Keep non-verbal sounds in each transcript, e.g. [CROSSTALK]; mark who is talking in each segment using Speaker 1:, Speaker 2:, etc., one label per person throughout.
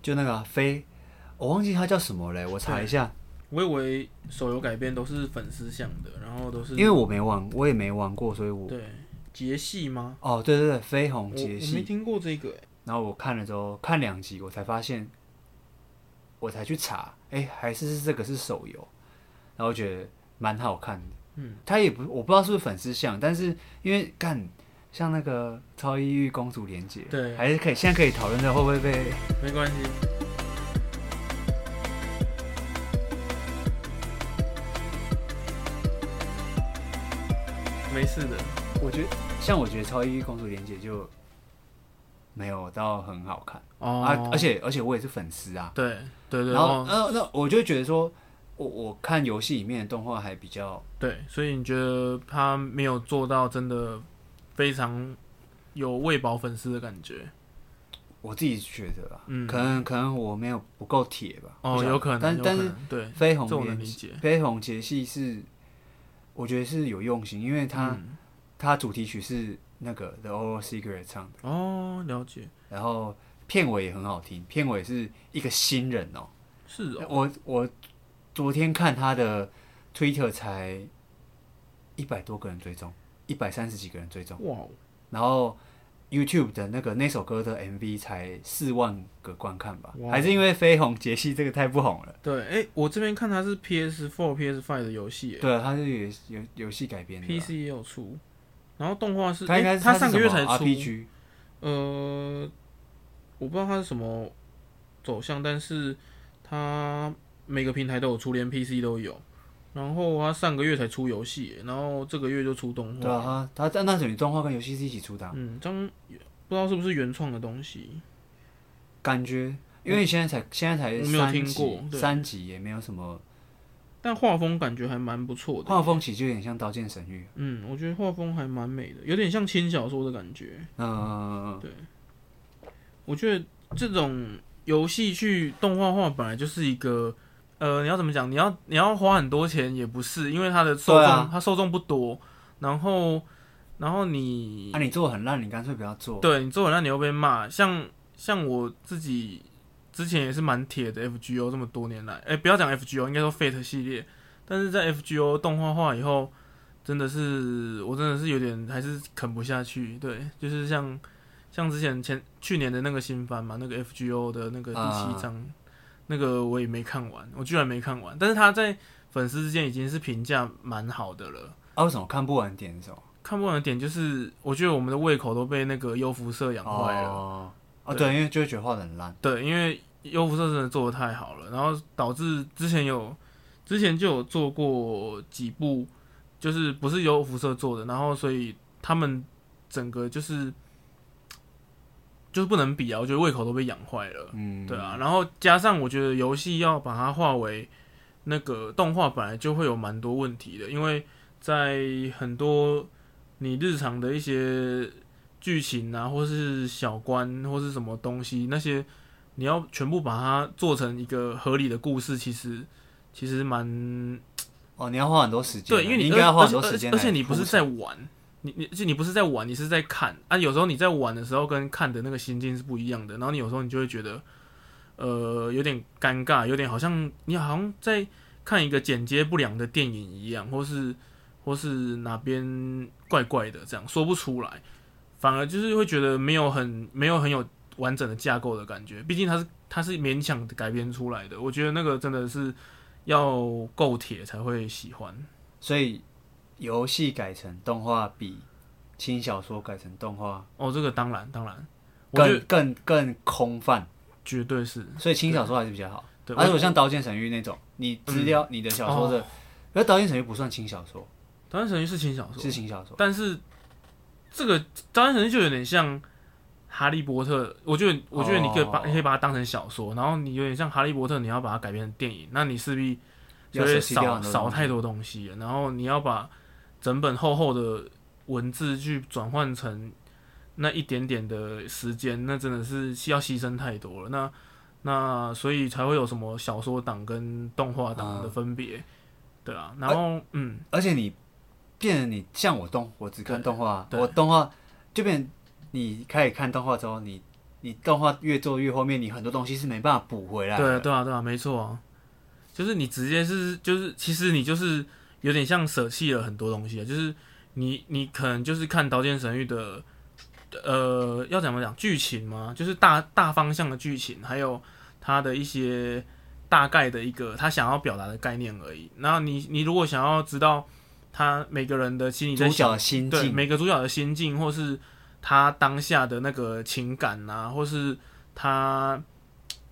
Speaker 1: 就那个啊飞，我忘记他叫什么嘞，我查一下，
Speaker 2: 我以为手游改编都是粉丝向的，然后都是
Speaker 1: 因为我没玩，我也没玩过，所以我
Speaker 2: 对杰系吗？
Speaker 1: 哦，对对对，绯
Speaker 2: 我
Speaker 1: 红
Speaker 2: 嗯我
Speaker 1: 杰
Speaker 2: 没
Speaker 1: 系。
Speaker 2: 听过这个、欸，
Speaker 1: 然后我看了之后，看两集，我才发现，我才去查，哎，还是是这个是手游，然后我觉得蛮好看的。嗯，他也不，我不知道是不是粉丝向，但是因为干像那个超抑郁公主连结，
Speaker 2: 对
Speaker 1: 还是可以现在可以讨论的会不会被
Speaker 2: 没关系。没事的，
Speaker 1: 我觉得，像我觉得《超一公主连结》就没有到很好看、
Speaker 2: 哦
Speaker 1: 啊，而且而且我也是粉丝啊，
Speaker 2: 对对对，
Speaker 1: 然后
Speaker 2: 哦
Speaker 1: 呃那我就会觉得说，我我看游戏里面的动画还比较
Speaker 2: 哦对，所以你觉得他没有做到真的非常有喂饱粉丝的感觉？
Speaker 1: 我自己觉得啊，
Speaker 2: 嗯
Speaker 1: 可能可能我没有不够铁吧，我
Speaker 2: 哦，
Speaker 1: 想
Speaker 2: 有可能，
Speaker 1: 但
Speaker 2: 有可
Speaker 1: 但
Speaker 2: 能
Speaker 1: 是
Speaker 2: 对，
Speaker 1: 绯
Speaker 2: 这我
Speaker 1: 红
Speaker 2: 能理
Speaker 1: 联
Speaker 2: 解。
Speaker 1: 绯红杰系是，我觉得是有用心，因为它、
Speaker 2: 嗯
Speaker 1: 它主题曲是那个 The Oral Secret 唱的，
Speaker 2: 哦，了解，
Speaker 1: 然后片尾也很好听，片尾是一个新人哦、
Speaker 2: 是哦，
Speaker 1: 我我昨天看他的 Twitter 才一百多个人追踪，一百三十几个人追踪，
Speaker 2: 哇哦，
Speaker 1: 然后 YouTube 的那个那首歌的 MV 才四万个观看吧，
Speaker 2: 哇
Speaker 1: 还是因为绯红杰西这个太不红了。
Speaker 2: 对，哎、我这边看它是 PS Four、PS Five 的游戏
Speaker 1: 对啊，他是游游游戏改编的
Speaker 2: ，PC 也有出，然后动画是，
Speaker 1: 啊，他应该
Speaker 2: 诶
Speaker 1: 是
Speaker 2: 它
Speaker 1: 是
Speaker 2: 上个月
Speaker 1: 什
Speaker 2: 才
Speaker 1: 么
Speaker 2: 出，
Speaker 1: RPG，
Speaker 2: 呃，我不知道它是什么走向，但是它每个平台都有出，连 PC 都有。然后它上个月才出游戏耶，然后这个月就出动
Speaker 1: 对
Speaker 2: 画。
Speaker 1: 啊，他他但那等于动画跟游戏是一起出的啊、
Speaker 2: 嗯，张不知道是不是原创的东西。
Speaker 1: 感觉因为现在才现在才
Speaker 2: 我没有
Speaker 1: 三
Speaker 2: 听
Speaker 1: 集
Speaker 2: 过，对
Speaker 1: 三集也没有什么
Speaker 2: 但画风感觉还蛮不错的。
Speaker 1: 画风，其实就有点像《刀剑神域》。
Speaker 2: 嗯，我觉得画风还蛮美的，有点像轻小说的感觉。
Speaker 1: 嗯，
Speaker 2: 我觉得这种游戏去动画化本来就是一个，呃，你要怎么讲？你要你要花很多钱也不是，因为它的受众、
Speaker 1: 对啊
Speaker 2: 它受众不多，然后然后你、
Speaker 1: 啊，你做得很烂，你干脆不要做。
Speaker 2: 对你做了，那你又被骂。像像我自己之前也是蛮铁的 FGO，这么多年来，哎、不要讲 FGO，应该说 Fate 系列，但是在 FGO 动画化以后，真的是我真的是有点还是啃不下去。对，就是像像之前前去年的那个新番嘛，那个 FGO 的那个第
Speaker 1: 啊
Speaker 2: 七章，那个我也没看完，我居然没看完，但是他在粉丝之间已经是评价蛮好的了。
Speaker 1: 啊，为什么看不完点是什么？
Speaker 2: 看不完的点就是，我觉得我们的胃口都被那个优辐射养坏了。
Speaker 1: 哦，哦
Speaker 2: 对
Speaker 1: 对，因为就会觉得画的很烂。
Speaker 2: 对，因为优福社真的做的太好了，然后导致之前有之前就有做过几部，就是不是优福社做的，然后所以他们整个就是就是不能比啊，我觉得胃口都被养坏了，
Speaker 1: 嗯，
Speaker 2: 对啊，然后加上我觉得游戏要把它化为那个动画，本来就会有蛮多问题的，因为在很多你日常的一些剧情啊，或是小关，或是什么东西，那些你要全部把它做成一个合理的故事，其实其实蛮
Speaker 1: 哦，你要花很多时间啊，
Speaker 2: 对，因为
Speaker 1: 你
Speaker 2: 你
Speaker 1: 应该要花
Speaker 2: 而
Speaker 1: 很多时间
Speaker 2: 而
Speaker 1: 来
Speaker 2: 且而且你不是
Speaker 1: 铺
Speaker 2: 在
Speaker 1: 陈
Speaker 2: 玩，你你而且你不是在玩，你是在看啊。有时候你在玩的时候跟看的那个心境是不一样的，然后你有时候你就会觉得，呃，有点尴尬，有点好像你好像在看一个剪接不良的电影一样，或是或是哪边怪怪的，这样说不出来，反而就是会觉得没有很没有很有完整的架构的感觉。毕竟它是它是勉强改编出来的，我觉得那个真的是要够铁才会喜欢。
Speaker 1: 所以游戏改成动画比轻小说改成动画
Speaker 2: 哦，这个当然当然，我觉
Speaker 1: 更
Speaker 2: 得
Speaker 1: 更更空泛，
Speaker 2: 绝对是
Speaker 1: 所以轻小说还是比较好。
Speaker 2: 对。
Speaker 1: 而且
Speaker 2: 我嗯
Speaker 1: 我像《刀剑神域》那种，你资料你的小说
Speaker 2: 哦
Speaker 1: 的，可是《刀剑神域》不算轻小说，
Speaker 2: 导演神域是轻小说，
Speaker 1: 是轻小说。
Speaker 2: 但是这个导演神域就有点像哈利波特，我觉得我觉得你可以把、
Speaker 1: 哦
Speaker 2: 你可以把它当成小说，然后你有点像哈利波特，你要把它改编成电影，那你势必就
Speaker 1: 要
Speaker 2: 会
Speaker 1: 舍弃掉很
Speaker 2: 少
Speaker 1: 多
Speaker 2: 少
Speaker 1: 东西
Speaker 2: 太多东西了，然后你要把整本厚厚的文字去转换成那一点点的时间，那真的是需要牺牲太多了。那那所以才会有什么小说党跟动画党
Speaker 1: 嗯
Speaker 2: 的分别，对啊。然后、嗯，
Speaker 1: 而且你变成你像我动，我只看动画，
Speaker 2: 对
Speaker 1: 我动画就变成你开始看动画之后，你你动画越做越后面，你很多东西是没办法补回来
Speaker 2: 对啊，
Speaker 1: 的。
Speaker 2: 对啊，对啊，没错啊，就是你直接是就是，其实你就是有点像舍弃了很多东西啊，就是你你可能就是看《刀剑神域》的，呃，要怎么讲剧情吗？就是大大方向的剧情，还有它的一些大概的一个他想要表达的概念而已。然后你你如果想要知道他每个人的心里在
Speaker 1: 主
Speaker 2: 想
Speaker 1: 角的心
Speaker 2: 对
Speaker 1: 境，
Speaker 2: 每个主角的心境，或是他当下的那个情感啊，或是他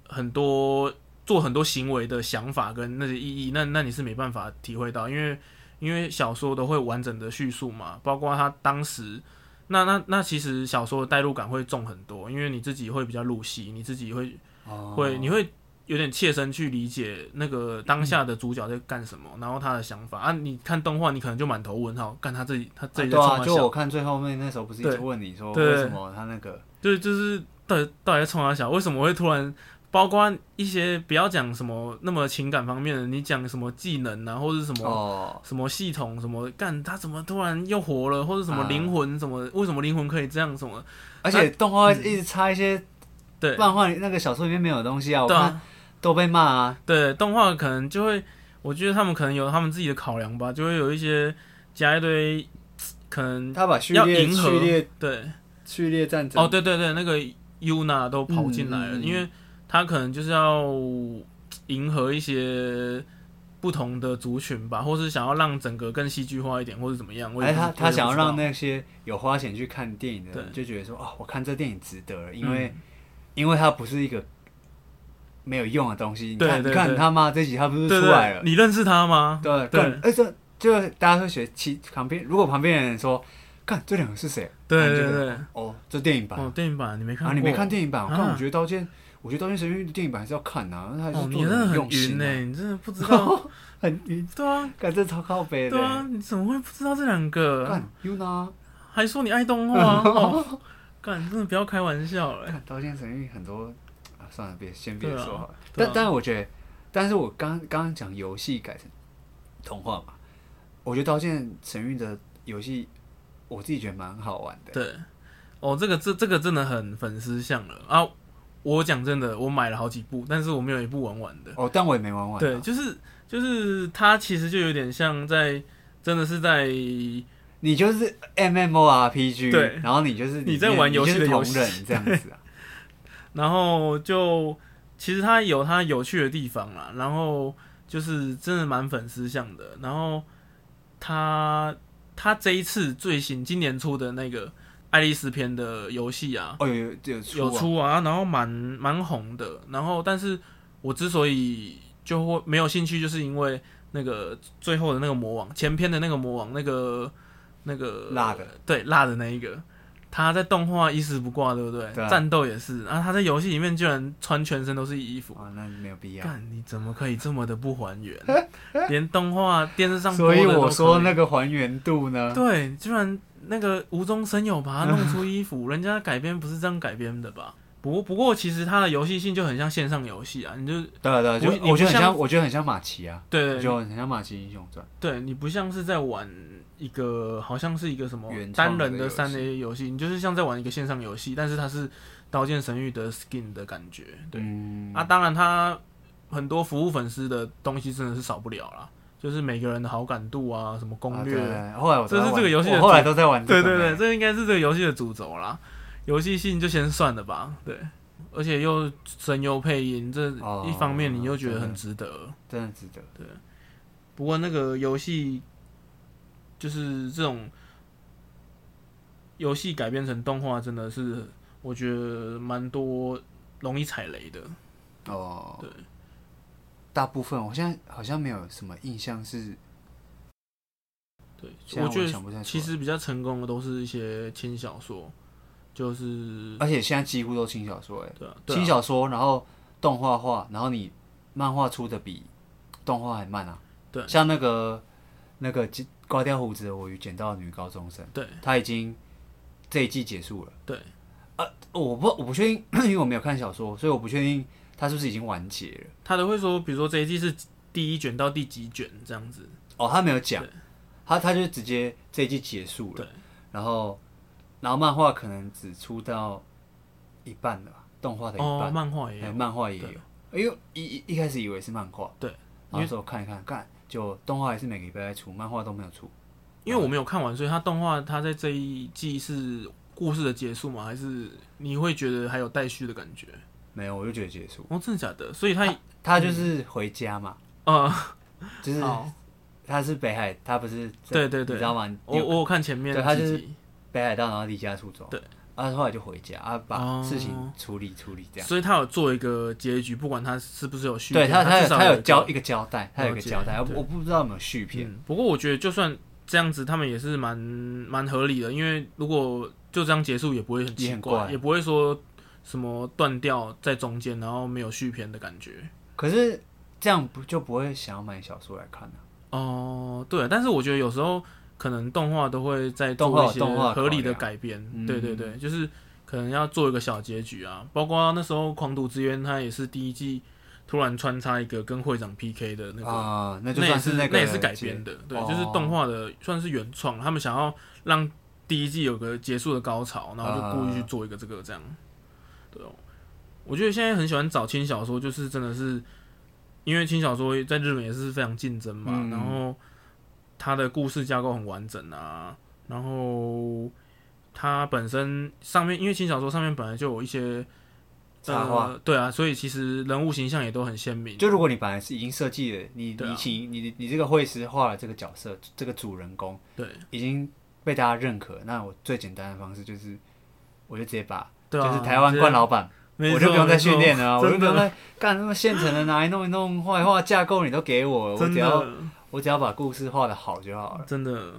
Speaker 2: 很多做很多行为的想法跟那些意义，那那你是没办法体会到，因为因为小说都会完整的叙述嘛，包括他当时。那那那其实小说的代入感会重很多，因为你自己会比较入戏，你自己会
Speaker 1: 哦
Speaker 2: 会你会有点切身去理解那个当下的主角在干什么，然后他的想法啊。你看动画，你可能就满头问号，干他自己他自
Speaker 1: 啊
Speaker 2: 己在
Speaker 1: 对
Speaker 2: 冲
Speaker 1: 啊，
Speaker 2: 他
Speaker 1: 就
Speaker 2: 笑，
Speaker 1: 我看最后面那时候不是一
Speaker 2: 对
Speaker 1: 直问你说
Speaker 2: 对
Speaker 1: 为什么他那个
Speaker 2: 就是就是到底到底在冲他笑，为什么会突然？包括一些不要讲什么那么情感方面的，你讲什么技能啊，或者是什么、
Speaker 1: 哦，
Speaker 2: 什么系统什么干，他怎么突然又活了，或者什么
Speaker 1: 啊
Speaker 2: 灵魂、什么，为什么灵魂可以这样什么？
Speaker 1: 而且动画一直插一些
Speaker 2: 嗯对，
Speaker 1: 漫画里那个小说里面没有的东西啊，我
Speaker 2: 对啊
Speaker 1: 看都被骂啊，
Speaker 2: 对，动画可能就会，我觉得他们可能有他们自己的考量吧，就会有一些加一堆，可能
Speaker 1: 他把序
Speaker 2: 要
Speaker 1: 列
Speaker 2: 迎合
Speaker 1: 序列
Speaker 2: 对，
Speaker 1: 序列战争
Speaker 2: 哦，对对对，那个 Yuna 都跑进来了，
Speaker 1: 嗯嗯嗯
Speaker 2: 因为他可能就是要迎合一些不同的族群吧，或是想要让整个更戏剧化一点，或是怎么样。我也
Speaker 1: 哎，
Speaker 2: 不
Speaker 1: 他
Speaker 2: 我也
Speaker 1: 他
Speaker 2: 不
Speaker 1: 想要
Speaker 2: 知道
Speaker 1: 让那些有花钱去看电影的人就觉得说，哦，我看这电影值得了，因为、
Speaker 2: 嗯
Speaker 1: 因为它不是一个没有用的东西。你
Speaker 2: 对
Speaker 1: 看，
Speaker 2: 对
Speaker 1: 你看
Speaker 2: 对
Speaker 1: 他妈这集他不是
Speaker 2: 对
Speaker 1: 出来
Speaker 2: 对，
Speaker 1: 了？
Speaker 2: 你认识他吗？
Speaker 1: 对，哎
Speaker 2: 对
Speaker 1: 更而且就大家会学其旁边，如果旁边的人说，看这两个是谁？
Speaker 2: 对
Speaker 1: 然后
Speaker 2: 对
Speaker 1: 你就
Speaker 2: 对
Speaker 1: 觉得
Speaker 2: 对，
Speaker 1: 哦，这电影版
Speaker 2: 哦，电影版你没看
Speaker 1: 啊，
Speaker 2: 过？
Speaker 1: 你没看电影版？我看
Speaker 2: 啊
Speaker 1: 我觉得《刀剑》，我觉得《刀剑神域》的电影版还是要看啊，他还
Speaker 2: 哦
Speaker 1: 是，
Speaker 2: 你
Speaker 1: 做
Speaker 2: 真的
Speaker 1: 的
Speaker 2: 很
Speaker 1: 用
Speaker 2: 晕欸
Speaker 1: 心
Speaker 2: 呢、
Speaker 1: 啊，
Speaker 2: 你真的不知道。
Speaker 1: [LAUGHS] 很晕，
Speaker 2: 对啊，
Speaker 1: 感觉超靠北的欸
Speaker 2: 对。啊，你怎么会不知道这两个？
Speaker 1: 看 Yuna，
Speaker 2: 还说你爱动画、哦，干，真的不要开玩笑了、
Speaker 1: 看《 [LAUGHS] 刀剑神域》很多啊，算了，别先别
Speaker 2: 对啊
Speaker 1: 说好了。
Speaker 2: 对啊
Speaker 1: 但但是我觉得，但是我刚刚刚讲游戏改成童话嘛，我觉得《刀剑神域》的游戏，我自己觉得蛮好玩的。
Speaker 2: 对，哦，这个这这个真的很粉丝向了啊！我讲真的，我买了好几部，但是我没有一部玩完的。
Speaker 1: 哦，但我也没玩完啊。
Speaker 2: 对，就是就是它其实就有点像在，真的是在
Speaker 1: 你就是 MMORPG，
Speaker 2: 对
Speaker 1: 然后你就是
Speaker 2: 你
Speaker 1: 里
Speaker 2: 在
Speaker 1: 面
Speaker 2: 玩游戏
Speaker 1: 你就是
Speaker 2: 的游戏
Speaker 1: 同人这样
Speaker 2: [LAUGHS]
Speaker 1: 子啊。
Speaker 2: 然后就其实它有它有趣的地方啦，然后就是真的蛮粉丝向的。然后它它这一次最新今年出的那个《爱丽丝》篇的游戏啊，
Speaker 1: 哦，有有有出啊
Speaker 2: 有出啊，然后蛮蛮红的。然后但是我之所以就会没有兴趣，就是因为那个最后的那个魔王，前篇的那个魔王，那个那个
Speaker 1: 辣的，
Speaker 2: 对辣的那一个。他在动画一丝不挂，对不对？
Speaker 1: 对啊
Speaker 2: 战斗也是，然后他在游戏里面居然穿全身都是衣服，
Speaker 1: 啊，那没有必要。
Speaker 2: 干你怎么可以这么的不还原？ [LAUGHS] 连动画电视上
Speaker 1: 所
Speaker 2: 播的
Speaker 1: 以
Speaker 2: 都
Speaker 1: 我说
Speaker 2: 可以
Speaker 1: 那个还原度呢，
Speaker 2: 对，居然那个无中生
Speaker 1: [LAUGHS]
Speaker 2: 有把它弄出衣服，人家改编不是这样改编的吧？不过不过，其实它的游戏性就很像线上游戏啊，你就
Speaker 1: 对啊对啊，就
Speaker 2: 不你不
Speaker 1: 我觉得很
Speaker 2: 像
Speaker 1: 像，我觉得很像马奇啊，我
Speaker 2: 对
Speaker 1: 觉得很像马奇英雄传。
Speaker 2: 对，你不像是在玩一个好像是一个什么
Speaker 1: 原创
Speaker 2: 单
Speaker 1: 的
Speaker 2: 人的
Speaker 1: 游戏
Speaker 2: 三 A 游戏，你就是像在玩一个线上游戏，但是它是《刀剑神域》的 skin 的感觉。对、
Speaker 1: 嗯
Speaker 2: 啊，当然它很多服务粉丝的东西真的是少不了啦，就是每个人的好感度啊，什么攻
Speaker 1: 啊
Speaker 2: 略、
Speaker 1: 对对后来我都在
Speaker 2: 这是这个
Speaker 1: 玩
Speaker 2: 游戏的
Speaker 1: 我
Speaker 2: 主
Speaker 1: 后来都在玩这
Speaker 2: 对对
Speaker 1: 个
Speaker 2: 对，
Speaker 1: 呢。
Speaker 2: 这应该是这个游戏的主轴啦。游戏性就先算了吧，对。而且又声优配音这
Speaker 1: 哦
Speaker 2: 一方面，你又觉得
Speaker 1: 真的
Speaker 2: 很值得。
Speaker 1: 真的值得。
Speaker 2: 不过那个游戏就是这种游戏改编成动画，真的是我觉得蛮多容易踩雷的。
Speaker 1: 哦，
Speaker 2: 对，
Speaker 1: 大部分我现在好像没有什么印象是，
Speaker 2: 对，
Speaker 1: 现在
Speaker 2: 我觉
Speaker 1: 想不太
Speaker 2: 得
Speaker 1: 出
Speaker 2: 其
Speaker 1: 来
Speaker 2: 实比较成功的都是一些轻小说，就是
Speaker 1: 而且现在几乎都轻小说哎，
Speaker 2: 对啊，
Speaker 1: 呃
Speaker 2: 对啊
Speaker 1: 轻小说，然后动画化，然后你漫画出的比动画还慢啊。
Speaker 2: 对
Speaker 1: 像那个那个剪刮掉胡子的我与捡到的女高中生，
Speaker 2: 对
Speaker 1: 她已经这一季结束了。啊
Speaker 2: 对，
Speaker 1: 我不我不确定， [COUGHS] 因为我没有看小说，所以我不确定它是不是已经完结了。
Speaker 2: 他都会说，比如说这一季是第一卷到第几卷这样子。
Speaker 1: 哦，他没有讲，他他就直接这一季结束了。
Speaker 2: 对，
Speaker 1: 然后然后漫画可能只出到一半了吧，动画的一
Speaker 2: 哦，
Speaker 1: 半，
Speaker 2: 漫画也
Speaker 1: 还有
Speaker 2: 有，
Speaker 1: 漫画也
Speaker 2: 对
Speaker 1: 有。因为一一一开始以为是漫画，
Speaker 2: 对，因
Speaker 1: 然后
Speaker 2: 为
Speaker 1: 说看一看，干就动画还是每个礼拜在出，漫画都没有出。
Speaker 2: 因为我没有看完，所以它动画它在这一季是故事的结束吗？还是你会觉得还有待续的感觉？
Speaker 1: 没有，我就觉得结束。
Speaker 2: 哦，真的假的？所以它
Speaker 1: 他就是回家嘛，
Speaker 2: 呃，
Speaker 1: 就是
Speaker 2: 好，
Speaker 1: 他是北海，他不是在
Speaker 2: 对对对
Speaker 1: 你知道吗？
Speaker 2: 我我有看前面
Speaker 1: 对它
Speaker 2: 几
Speaker 1: 就是
Speaker 2: 集，
Speaker 1: 北海道，然后离家出走，
Speaker 2: 对，
Speaker 1: 啊，后来就回家啊，把
Speaker 2: 哦
Speaker 1: 事情处理处理这样。
Speaker 2: 所以它有做一个结局，不管它是不是有续
Speaker 1: 对
Speaker 2: 篇，
Speaker 1: 他，他
Speaker 2: 至
Speaker 1: 有
Speaker 2: 少
Speaker 1: 他
Speaker 2: 有
Speaker 1: 有
Speaker 2: 一个
Speaker 1: 交一个交代，他有一个
Speaker 2: 了解
Speaker 1: 交代，
Speaker 2: 对
Speaker 1: 我我不知道有没有续篇。
Speaker 2: 嗯，不过我觉得就算这样子，他们也是蛮蛮合理的，因为如果就这样结束，也不会很奇
Speaker 1: 也很
Speaker 2: 怪，
Speaker 1: 怪
Speaker 2: 也不会说什么断掉在中间，然后没有续篇的感觉。
Speaker 1: 可是这样不就不会想要买小说来看了、
Speaker 2: 哦，对，但是我觉得有时候可能动画都会在
Speaker 1: 动画
Speaker 2: 做一
Speaker 1: 有
Speaker 2: 些
Speaker 1: 动画
Speaker 2: 合理
Speaker 1: 考
Speaker 2: 的
Speaker 1: 量
Speaker 2: 改编，
Speaker 1: 嗯
Speaker 2: 对对对，就是可能要做一个小结局啊，包括那时候《狂赌之渊》，它也是第一季突然穿插一个跟会长 PK 的那个
Speaker 1: 啊，那就
Speaker 2: 那也
Speaker 1: 算
Speaker 2: 是
Speaker 1: 那个
Speaker 2: 也是改编的，对，就是
Speaker 1: 哦
Speaker 2: 动画的算是原创，他们想要让第一季有个结束的高潮，然后就故意
Speaker 1: 嗯
Speaker 2: 去做一个这个这样。对哦，我觉得现在很喜欢找轻小说，就是真的是因为轻小说在日本也是非常竞争嘛，
Speaker 1: 嗯
Speaker 2: 然后它的故事架构很完整啊，然后它本身上面因为轻小说上面本来就有一些。
Speaker 1: 插画
Speaker 2: 呃，对啊，所以其实人物形象也都很鲜明。
Speaker 1: 就如果你本来是已经设计了，你
Speaker 2: 嗯对啊
Speaker 1: 你请你你这个绘师画了这个角色，这个主人公
Speaker 2: 对
Speaker 1: 已经被大家认可，那我最简单的方式就是，我就直接把
Speaker 2: 对啊，
Speaker 1: 就是台湾
Speaker 2: 直接
Speaker 1: 惯老板，
Speaker 2: 没
Speaker 1: 我就
Speaker 2: 错
Speaker 1: 不用再
Speaker 2: 没错
Speaker 1: 训练了啊，我就
Speaker 2: 真
Speaker 1: 不
Speaker 2: 的
Speaker 1: 用再干那么现成的拿来弄一弄，画一画架构你都给我，我
Speaker 2: 真
Speaker 1: 只要
Speaker 2: 的
Speaker 1: 我只要把故事画的好就好了。
Speaker 2: 真的，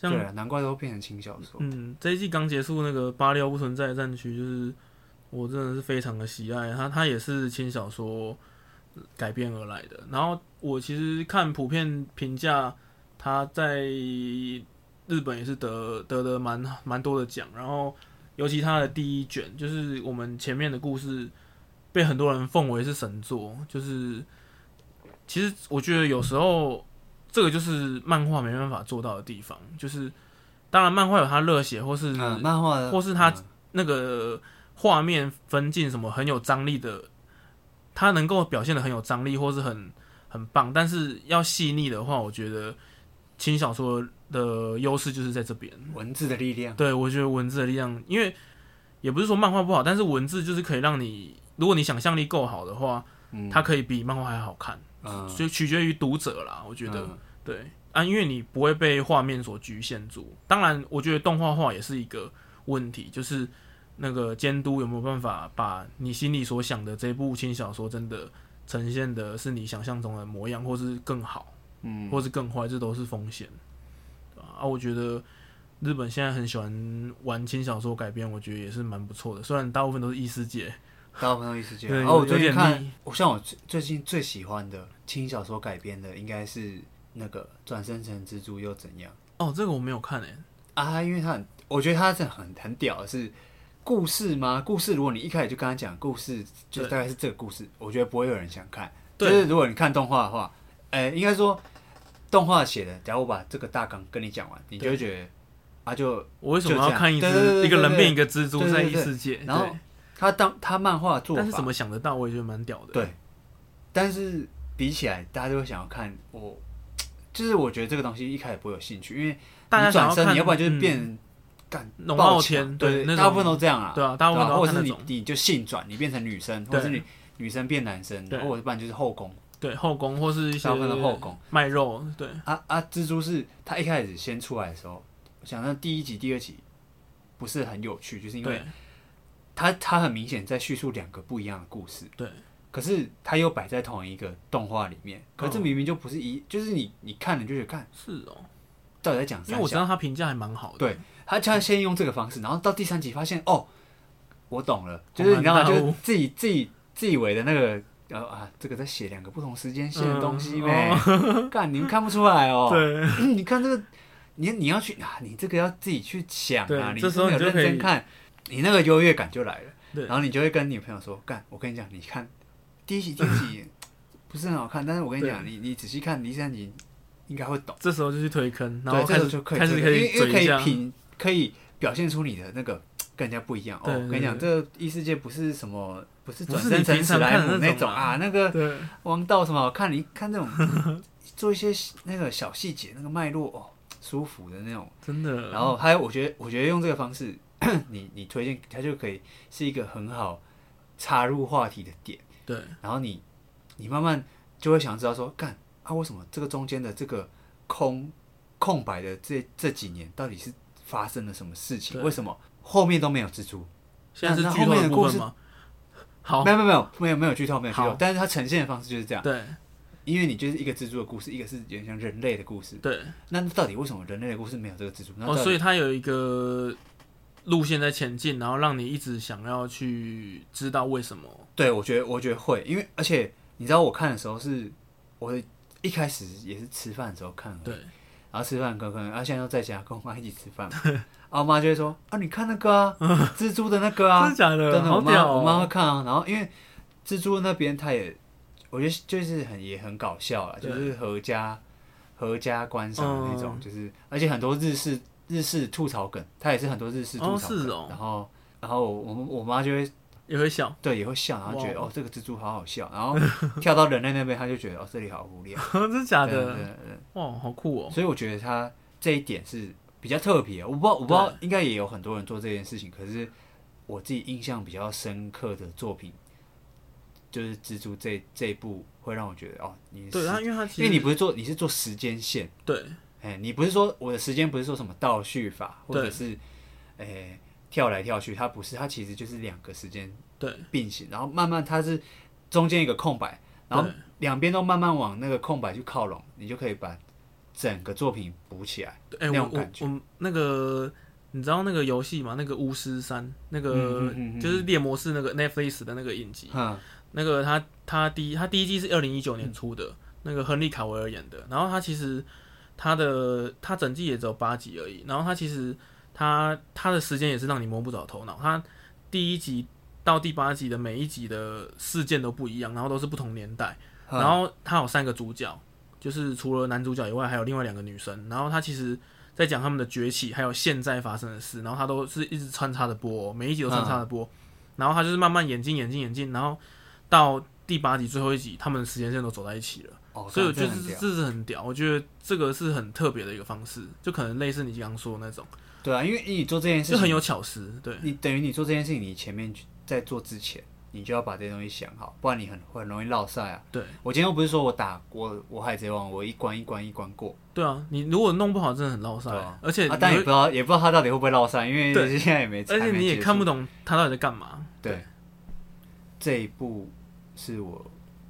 Speaker 2: 像
Speaker 1: 对啊，难怪都变成轻小说。
Speaker 2: 嗯，这一季刚结束那个巴黎奥不存在的战区，就是我真的是非常的喜爱它，它也是轻小说改编而来的。然后我其实看普遍评价，它在日本也是得得的蛮蛮多的奖，然后尤其它的第一卷，就是我们前面的故事被很多人奉为是神作，就是其实我觉得有时候这个就是漫画没办法做到的地方，就是当然漫画有它热血或是
Speaker 1: 嗯，漫画的
Speaker 2: 或是他
Speaker 1: 嗯
Speaker 2: 那个画面分镜什么很有张力的，他能够表现的很有张力，或是很很棒。但是要细腻的话，我觉得轻小说的优势就是在这边。
Speaker 1: 嗯文字的力量，
Speaker 2: 对我觉得文字的力量，因为也不是说漫画不好，但是文字就是可以让你，如果你想象力够好的话，
Speaker 1: 嗯，
Speaker 2: 它可以比漫画还好看，
Speaker 1: 嗯
Speaker 2: 所以取决于读者啦。我觉得，
Speaker 1: 嗯
Speaker 2: 对啊，因为你不会被画面所局限住。当然，我觉得动画化也是一个问题，就是那个监督有没有办法把你心里所想的这部轻小说真的呈现的是你想象中的模样，或是更好，
Speaker 1: 嗯，
Speaker 2: 或是更坏，这都是风险。对啊，啊我觉得日本现在很喜欢玩轻小说改编，我觉得也是蛮不错的。虽然大部分都是异世界，
Speaker 1: 大部分都异世界。
Speaker 2: 对
Speaker 1: 然后哦我
Speaker 2: 有
Speaker 1: 最近
Speaker 2: 点
Speaker 1: 看
Speaker 2: 腻，
Speaker 1: 我像我最最近最喜欢的轻小说改编的应该是那个《转身成蜘蛛又怎样
Speaker 2: 哦，这个我没有看诶、》
Speaker 1: 啊，因为他很，我觉得他是很很屌的是。故事吗？故事，如果你一开始就跟他讲故事，就
Speaker 2: 对
Speaker 1: 大概是这个故事，我觉得不会有人想看。就
Speaker 2: 对
Speaker 1: 是如果你看动画的话，呃、应该说动画写的，假如我把这个大纲跟你讲完，你就会觉得啊，就
Speaker 2: 我为什么要
Speaker 1: 就这样
Speaker 2: 看一
Speaker 1: 对
Speaker 2: 只
Speaker 1: 对对对
Speaker 2: 一个人
Speaker 1: 对
Speaker 2: 变一个蜘蛛
Speaker 1: 对对
Speaker 2: 在
Speaker 1: 对
Speaker 2: 异
Speaker 1: 对
Speaker 2: 世界？
Speaker 1: 然后
Speaker 2: 对
Speaker 1: 他当他漫画做法，
Speaker 2: 但是怎么想得到，我也觉得蛮屌的。
Speaker 1: 对，但是比起来，大家都会想要看我，就是我觉得这个东西一开始不会有兴趣，因为
Speaker 2: 大家
Speaker 1: 你
Speaker 2: 想
Speaker 1: 转
Speaker 2: 要
Speaker 1: 身，
Speaker 2: 看，
Speaker 1: 你要不然就是
Speaker 2: 嗯
Speaker 1: 变干
Speaker 2: 龙
Speaker 1: 爆
Speaker 2: 傲
Speaker 1: 强
Speaker 2: 天对
Speaker 1: 对，
Speaker 2: 那
Speaker 1: 大部
Speaker 2: 种
Speaker 1: 分都这样啊，
Speaker 2: 对啊，大部分
Speaker 1: 对
Speaker 2: 都
Speaker 1: 吧
Speaker 2: 要
Speaker 1: 或者
Speaker 2: 看
Speaker 1: 是
Speaker 2: 那
Speaker 1: 你
Speaker 2: 种
Speaker 1: 你就性转，你变成女生，或
Speaker 2: 对
Speaker 1: 者是你女生变男生，
Speaker 2: 对
Speaker 1: 或者不然就是后宫
Speaker 2: 对后宫或是一些
Speaker 1: 大部分的后宫
Speaker 2: 卖肉，对
Speaker 1: 啊啊！蜘蛛是他一开始先出来的时候，我想到第一集、第二集不是很有趣，就是因为
Speaker 2: 对
Speaker 1: 他他很明显在叙述两个不一样的故事。
Speaker 2: 对，
Speaker 1: 可是它又摆在同一个动画里面，可是这
Speaker 2: 嗯
Speaker 1: 明明就不是一，就是你你看了就觉得看
Speaker 2: 是哦，
Speaker 1: 到底在讲
Speaker 2: 因
Speaker 1: 啥
Speaker 2: 为我？知道他评价还蛮好的。
Speaker 1: 对他他先用这个方式，然后到第三集发现哦，我懂了，就
Speaker 2: 恍
Speaker 1: 是
Speaker 2: 然
Speaker 1: 你知道吗？
Speaker 2: 大
Speaker 1: 就
Speaker 2: 悟
Speaker 1: 是自己自己自以为的那个呃啊，这个在写两个不同时间线的东西
Speaker 2: 嗯
Speaker 1: 呗，
Speaker 2: [LAUGHS]
Speaker 1: 干你们看不出来哦。
Speaker 2: 对
Speaker 1: [CLEARS THROAT] 你看这个，你你要去啊，你这个要自己去想啊，
Speaker 2: 对
Speaker 1: 你
Speaker 2: 这时候
Speaker 1: 没有
Speaker 2: 你就
Speaker 1: 认
Speaker 2: 可以
Speaker 1: 真看，你那个优越感就来了。
Speaker 2: 对
Speaker 1: 然后你就会跟你朋友说：“干，我跟你讲，你看第一集、第二集不是很好看，但是我跟你讲，你你仔细看第三集，应该会懂。
Speaker 2: 这时候就去推坑，然后
Speaker 1: 对，
Speaker 2: 开
Speaker 1: 这个
Speaker 2: 始
Speaker 1: 就可以
Speaker 2: 开始
Speaker 1: 推
Speaker 2: 可
Speaker 1: 因为因
Speaker 2: 以
Speaker 1: 为可
Speaker 2: 嘴一下
Speaker 1: 以，品，可以表现出你的那个跟人家不一样。
Speaker 2: 对
Speaker 1: 哦，我跟你讲，
Speaker 2: 对
Speaker 1: 这个异世界不是什么，不是
Speaker 2: 不
Speaker 1: 转
Speaker 2: 是
Speaker 1: 生
Speaker 2: 你
Speaker 1: 成
Speaker 2: 平
Speaker 1: 史
Speaker 2: 常
Speaker 1: 莱
Speaker 2: 看
Speaker 1: 姆
Speaker 2: 的那
Speaker 1: 那
Speaker 2: 种
Speaker 1: 种
Speaker 2: 啊
Speaker 1: 啊，那个
Speaker 2: 对，
Speaker 1: 王道什么好看？你一看这种做一些那个小细节，那个脉络哦，舒服的那种。
Speaker 2: 真的。
Speaker 1: 然后还有，我觉得我觉得用这个方式， [COUGHS] 你你推荐它就可以是一个很好插入话题的点。
Speaker 2: 对，
Speaker 1: 然后你你慢慢就会想知道说，干啊，为什么这个中间的这个空空白的这这几年到底是发生了什么事情？
Speaker 2: 对
Speaker 1: 为什么后面都没有蜘蛛？
Speaker 2: 现在
Speaker 1: 那
Speaker 2: 是
Speaker 1: 那
Speaker 2: 剧
Speaker 1: 后
Speaker 2: 透
Speaker 1: 面的
Speaker 2: 部
Speaker 1: 故
Speaker 2: 分
Speaker 1: 事
Speaker 2: 吗？好，
Speaker 1: 没有没有没有没有没有剧透，没有剧透
Speaker 2: 哦好，
Speaker 1: 但是它呈现的方式就是这样，
Speaker 2: 对
Speaker 1: 因为你就是一个蜘蛛的故事，一个是有点像人类的故事。
Speaker 2: 对，
Speaker 1: 那到底为什么人类的故事没有这个蜘蛛？那
Speaker 2: 哦，
Speaker 1: 到底
Speaker 2: 所以它有一个路线在前进，然后让你一直想要去知道为什么。
Speaker 1: 对，我觉得我觉得会，因为而且你知道，我看的时候是我一开始也是吃饭的时候看的，
Speaker 2: 对，
Speaker 1: 然后吃饭可可能，然后啊现在又在家跟我妈一起吃
Speaker 2: [LAUGHS]
Speaker 1: 饭嘛，然后我妈就会说啊，你看那个啊，蜘蛛的那个啊
Speaker 2: 真的，假
Speaker 1: 真
Speaker 2: 的？
Speaker 1: 的，我
Speaker 2: 好
Speaker 1: 妈
Speaker 2: 屌
Speaker 1: 我妈会
Speaker 2: 哦！
Speaker 1: 看啊，然后因为蜘蛛那边她也，我觉得就是很也很搞笑啦，
Speaker 2: 对
Speaker 1: 就是合家合家观赏的那种，
Speaker 2: 嗯
Speaker 1: 就是而且很多日式日式吐槽梗，它也是很多日式吐
Speaker 2: 哦
Speaker 1: 槽梗，
Speaker 2: 是哦
Speaker 1: 然后然后我我妈就会
Speaker 2: [LAUGHS] 也会笑，
Speaker 1: 对，也会笑，然后觉得
Speaker 2: 哇
Speaker 1: 哦，这个蜘蛛好好笑，然后跳到人类那边，他就觉得哦，这里好
Speaker 2: [LAUGHS]
Speaker 1: 无聊。
Speaker 2: [LAUGHS] 真的假
Speaker 1: 对
Speaker 2: 的？
Speaker 1: 对对
Speaker 2: 哇，好酷
Speaker 1: 对
Speaker 2: 哦！
Speaker 1: 所以我觉得他这一点是比较特别，我不知道，我不知道，应该也有很多人做这件事情，可是我自己印象比较深刻的作品就是蜘蛛这这一部，会让我觉得哦，你是
Speaker 2: 对，它因为它其
Speaker 1: 因
Speaker 2: 实
Speaker 1: 为你不是做你是做时间线，
Speaker 2: 对
Speaker 1: 哎，你不是说我的时间不是说什么倒叙法，或者
Speaker 2: 对
Speaker 1: 是哎跳来跳去，它不是，它其实就是两个时间
Speaker 2: 对
Speaker 1: 并行，然后慢慢它是中间一个空白，然后
Speaker 2: 对
Speaker 1: 两边都慢慢往那个空白去靠拢，你就可以把整个作品补起来。那
Speaker 2: 哎、我
Speaker 1: 种
Speaker 2: 我
Speaker 1: 感觉
Speaker 2: 我那个你知道那个游戏吗？那个巫师三，那个
Speaker 1: 嗯、嗯嗯嗯
Speaker 2: 就是猎魔士那个 Netflix 的那个影集，
Speaker 1: 嗯，
Speaker 2: 那个他他第一他第一季是二零一九年出的，那个亨利卡维尔演的。然后他其实他的他整季也只有八集而已。然后他其实他他的时间也是让你摸不着头脑。他第一集到第八集的每一集的事件都不一样，然后都是不同年代。
Speaker 1: 嗯
Speaker 2: 然后他有三个主角，就是除了男主角以外，还有另外两个女生。然后他其实在讲他们的崛起，还有现在发生的事。然后他都是一直穿插的播哦，每一集都穿插的播。
Speaker 1: 嗯
Speaker 2: 然后他就是慢慢演进、演进、演进，然后到第八集最后一集，他们的时间线都走在一起了。
Speaker 1: 哦，
Speaker 2: 所以我
Speaker 1: 干
Speaker 2: 觉
Speaker 1: 这
Speaker 2: 得
Speaker 1: 很
Speaker 2: 这
Speaker 1: 屌
Speaker 2: 这是很屌，我觉得这个是很特别的一个方式，就可能类似你刚刚说的那种，
Speaker 1: 对啊，因为你做这件事
Speaker 2: 就很
Speaker 1: 情，
Speaker 2: 有巧思。对
Speaker 1: 你等于你做这件事情，你前面在做之前，你就要把这些东西想好，不然你很很容易落赛啊。
Speaker 2: 对
Speaker 1: 我今天又不是说我打我我海贼王，我一关一关一关过，
Speaker 2: 对啊，你如果弄不好，真的很落塞
Speaker 1: 哦对啊，
Speaker 2: 而且你
Speaker 1: 啊
Speaker 2: 会、，
Speaker 1: 但也不知道也不知道他到底会不会落赛，因为
Speaker 2: 对
Speaker 1: 现在也没，
Speaker 2: 而
Speaker 1: 还
Speaker 2: 且
Speaker 1: 没
Speaker 2: 你也
Speaker 1: 结束
Speaker 2: 看不懂他到底在干嘛。
Speaker 1: 对，这一部是我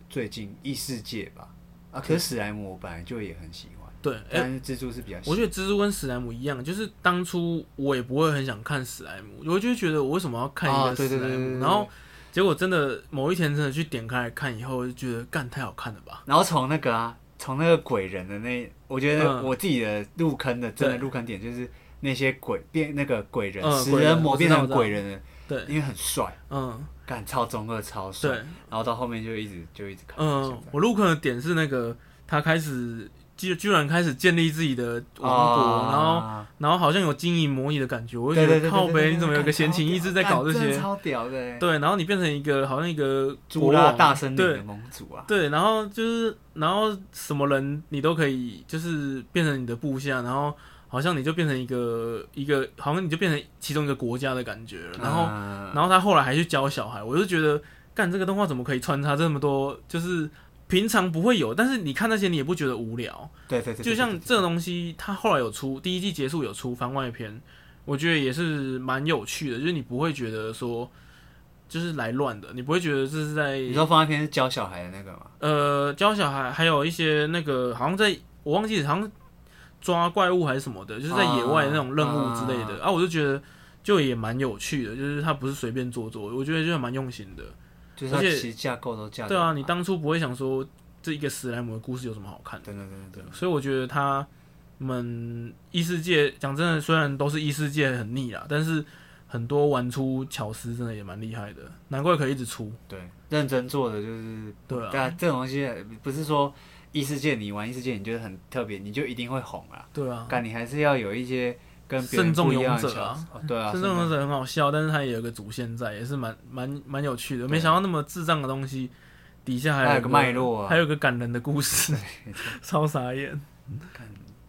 Speaker 1: 最近异世界吧啊，可是史莱姆我本来就也很喜欢，
Speaker 2: 对，哎、
Speaker 1: 但是蜘蛛是比较喜
Speaker 2: 我觉得蜘蛛跟史莱姆一样，就是当初我也不会很想看史莱姆，我就会觉得我为什么要看一
Speaker 1: 啊
Speaker 2: 个
Speaker 1: 对
Speaker 2: 史
Speaker 1: 对
Speaker 2: 莱
Speaker 1: 对对
Speaker 2: 姆？
Speaker 1: 对
Speaker 2: 然后结果真的某一天真的去点开来看以后，就觉得干太好看了吧？
Speaker 1: 然后从那个啊，从那个鬼人的那，我觉得
Speaker 2: 嗯
Speaker 1: 我自己的入坑的真的
Speaker 2: 对
Speaker 1: 入坑点就是那些鬼变那个鬼人，
Speaker 2: 嗯
Speaker 1: 食
Speaker 2: 鬼人
Speaker 1: 人魔
Speaker 2: 我
Speaker 1: 变
Speaker 2: 知道
Speaker 1: 成
Speaker 2: 我知道
Speaker 1: 鬼人的，
Speaker 2: 对，
Speaker 1: 因为很帅，
Speaker 2: 嗯，
Speaker 1: 干超中二超帅，
Speaker 2: 对。
Speaker 1: 然后到后面就一直就一直看，
Speaker 2: 嗯，我入坑的点是那个他开始居居然开始建立自己的王国，
Speaker 1: 啊
Speaker 2: 然后
Speaker 1: 后
Speaker 2: 然后好像有经营模拟的感觉，我就觉得靠北，你怎么有个闲情逸致在搞这些？
Speaker 1: 超屌的欸，
Speaker 2: 对，然后你变成一个好像一个
Speaker 1: 朱
Speaker 2: 国
Speaker 1: 拉
Speaker 2: 王
Speaker 1: 大森林的
Speaker 2: 对
Speaker 1: 盟主啊，
Speaker 2: 对，然后就是然后什么人你都可以，就是变成你的部下，然后好像你就变成一个一个，好像你就变成其中一个国家的感觉了，然后。
Speaker 1: 嗯
Speaker 2: 然后他后来还去教小孩，我就觉得干这个动画怎么可以穿插这么多，就是平常不会有，但是你看那些你也不觉得无聊。
Speaker 1: 对对对，
Speaker 2: 就像这
Speaker 1: 这
Speaker 2: 种东西，它后来有出第一季结束有出番外篇，我觉得也是蛮有趣的，就是你不会觉得说就是来乱的，你不会觉得这是在
Speaker 1: 你说方外篇是教小孩的那个吗？
Speaker 2: 呃教小孩，还有一些那个好像在我忘记好像抓怪物还是什么的，就是在野外的那种任务之类的啊我就觉得。就也蛮有趣的，就是他不是随便做做，我觉得就蛮用心的。
Speaker 1: 就是它
Speaker 2: 而且
Speaker 1: 其实架构都架得
Speaker 2: 对啊，
Speaker 1: 蛮
Speaker 2: 你当初不会想说这一个史莱姆的故事有什么好看的，啊
Speaker 1: 对对对对对，
Speaker 2: 所以我觉得他们异世界讲真的，虽然都是异世界很腻啦，但是很多玩出巧思真的也蛮厉害的，难怪可以一直出。
Speaker 1: 对，认真做的就是
Speaker 2: 对啊
Speaker 1: 但这种东西不是说异世界你玩异世界你就是很特别，你就一定会红啊。
Speaker 2: 对啊，
Speaker 1: 但你还是要有一些跟别人
Speaker 2: 慎重
Speaker 1: 不一样
Speaker 2: 勇者
Speaker 1: 的
Speaker 2: 啊
Speaker 1: 角色，哦对啊，
Speaker 2: 深
Speaker 1: 慎
Speaker 2: 圳
Speaker 1: 重
Speaker 2: 勇者很好笑，但是它也有个主线在，也是蛮蛮蛮有趣的。没想到那么智障的东西，底下还
Speaker 1: 还有
Speaker 2: 有
Speaker 1: 个脉络啊
Speaker 2: 还有个感人的
Speaker 1: [LAUGHS]
Speaker 2: 故事，超傻眼。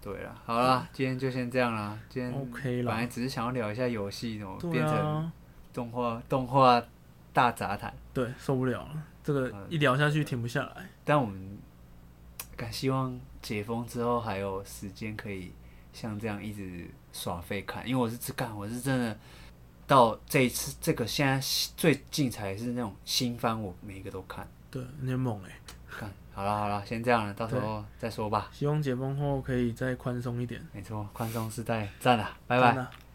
Speaker 1: 对了，好啦，今天就先这样啦。今天
Speaker 2: OK
Speaker 1: 本
Speaker 2: 啦
Speaker 1: 来只是想要聊一下游戏，怎么
Speaker 2: 对
Speaker 1: 哦变成
Speaker 2: 啊，
Speaker 1: 动画动画大杂谈？
Speaker 2: 对，受不了了，这个
Speaker 1: 嗯
Speaker 2: 一聊下去停不下来。
Speaker 1: 但我们呃感希望解封之后还有时间可以像这样一直耍废看，因为我是只干，我是真的到这一次这个现在最近才是那种新番，我每一个都看。
Speaker 2: 对，有点猛哎、
Speaker 1: 看好了好了，先这样了，到时候再说吧。
Speaker 2: 希望解封后可以再宽松一点。
Speaker 1: 没错，宽松时代，赞了，拜拜
Speaker 2: 真。的，拜。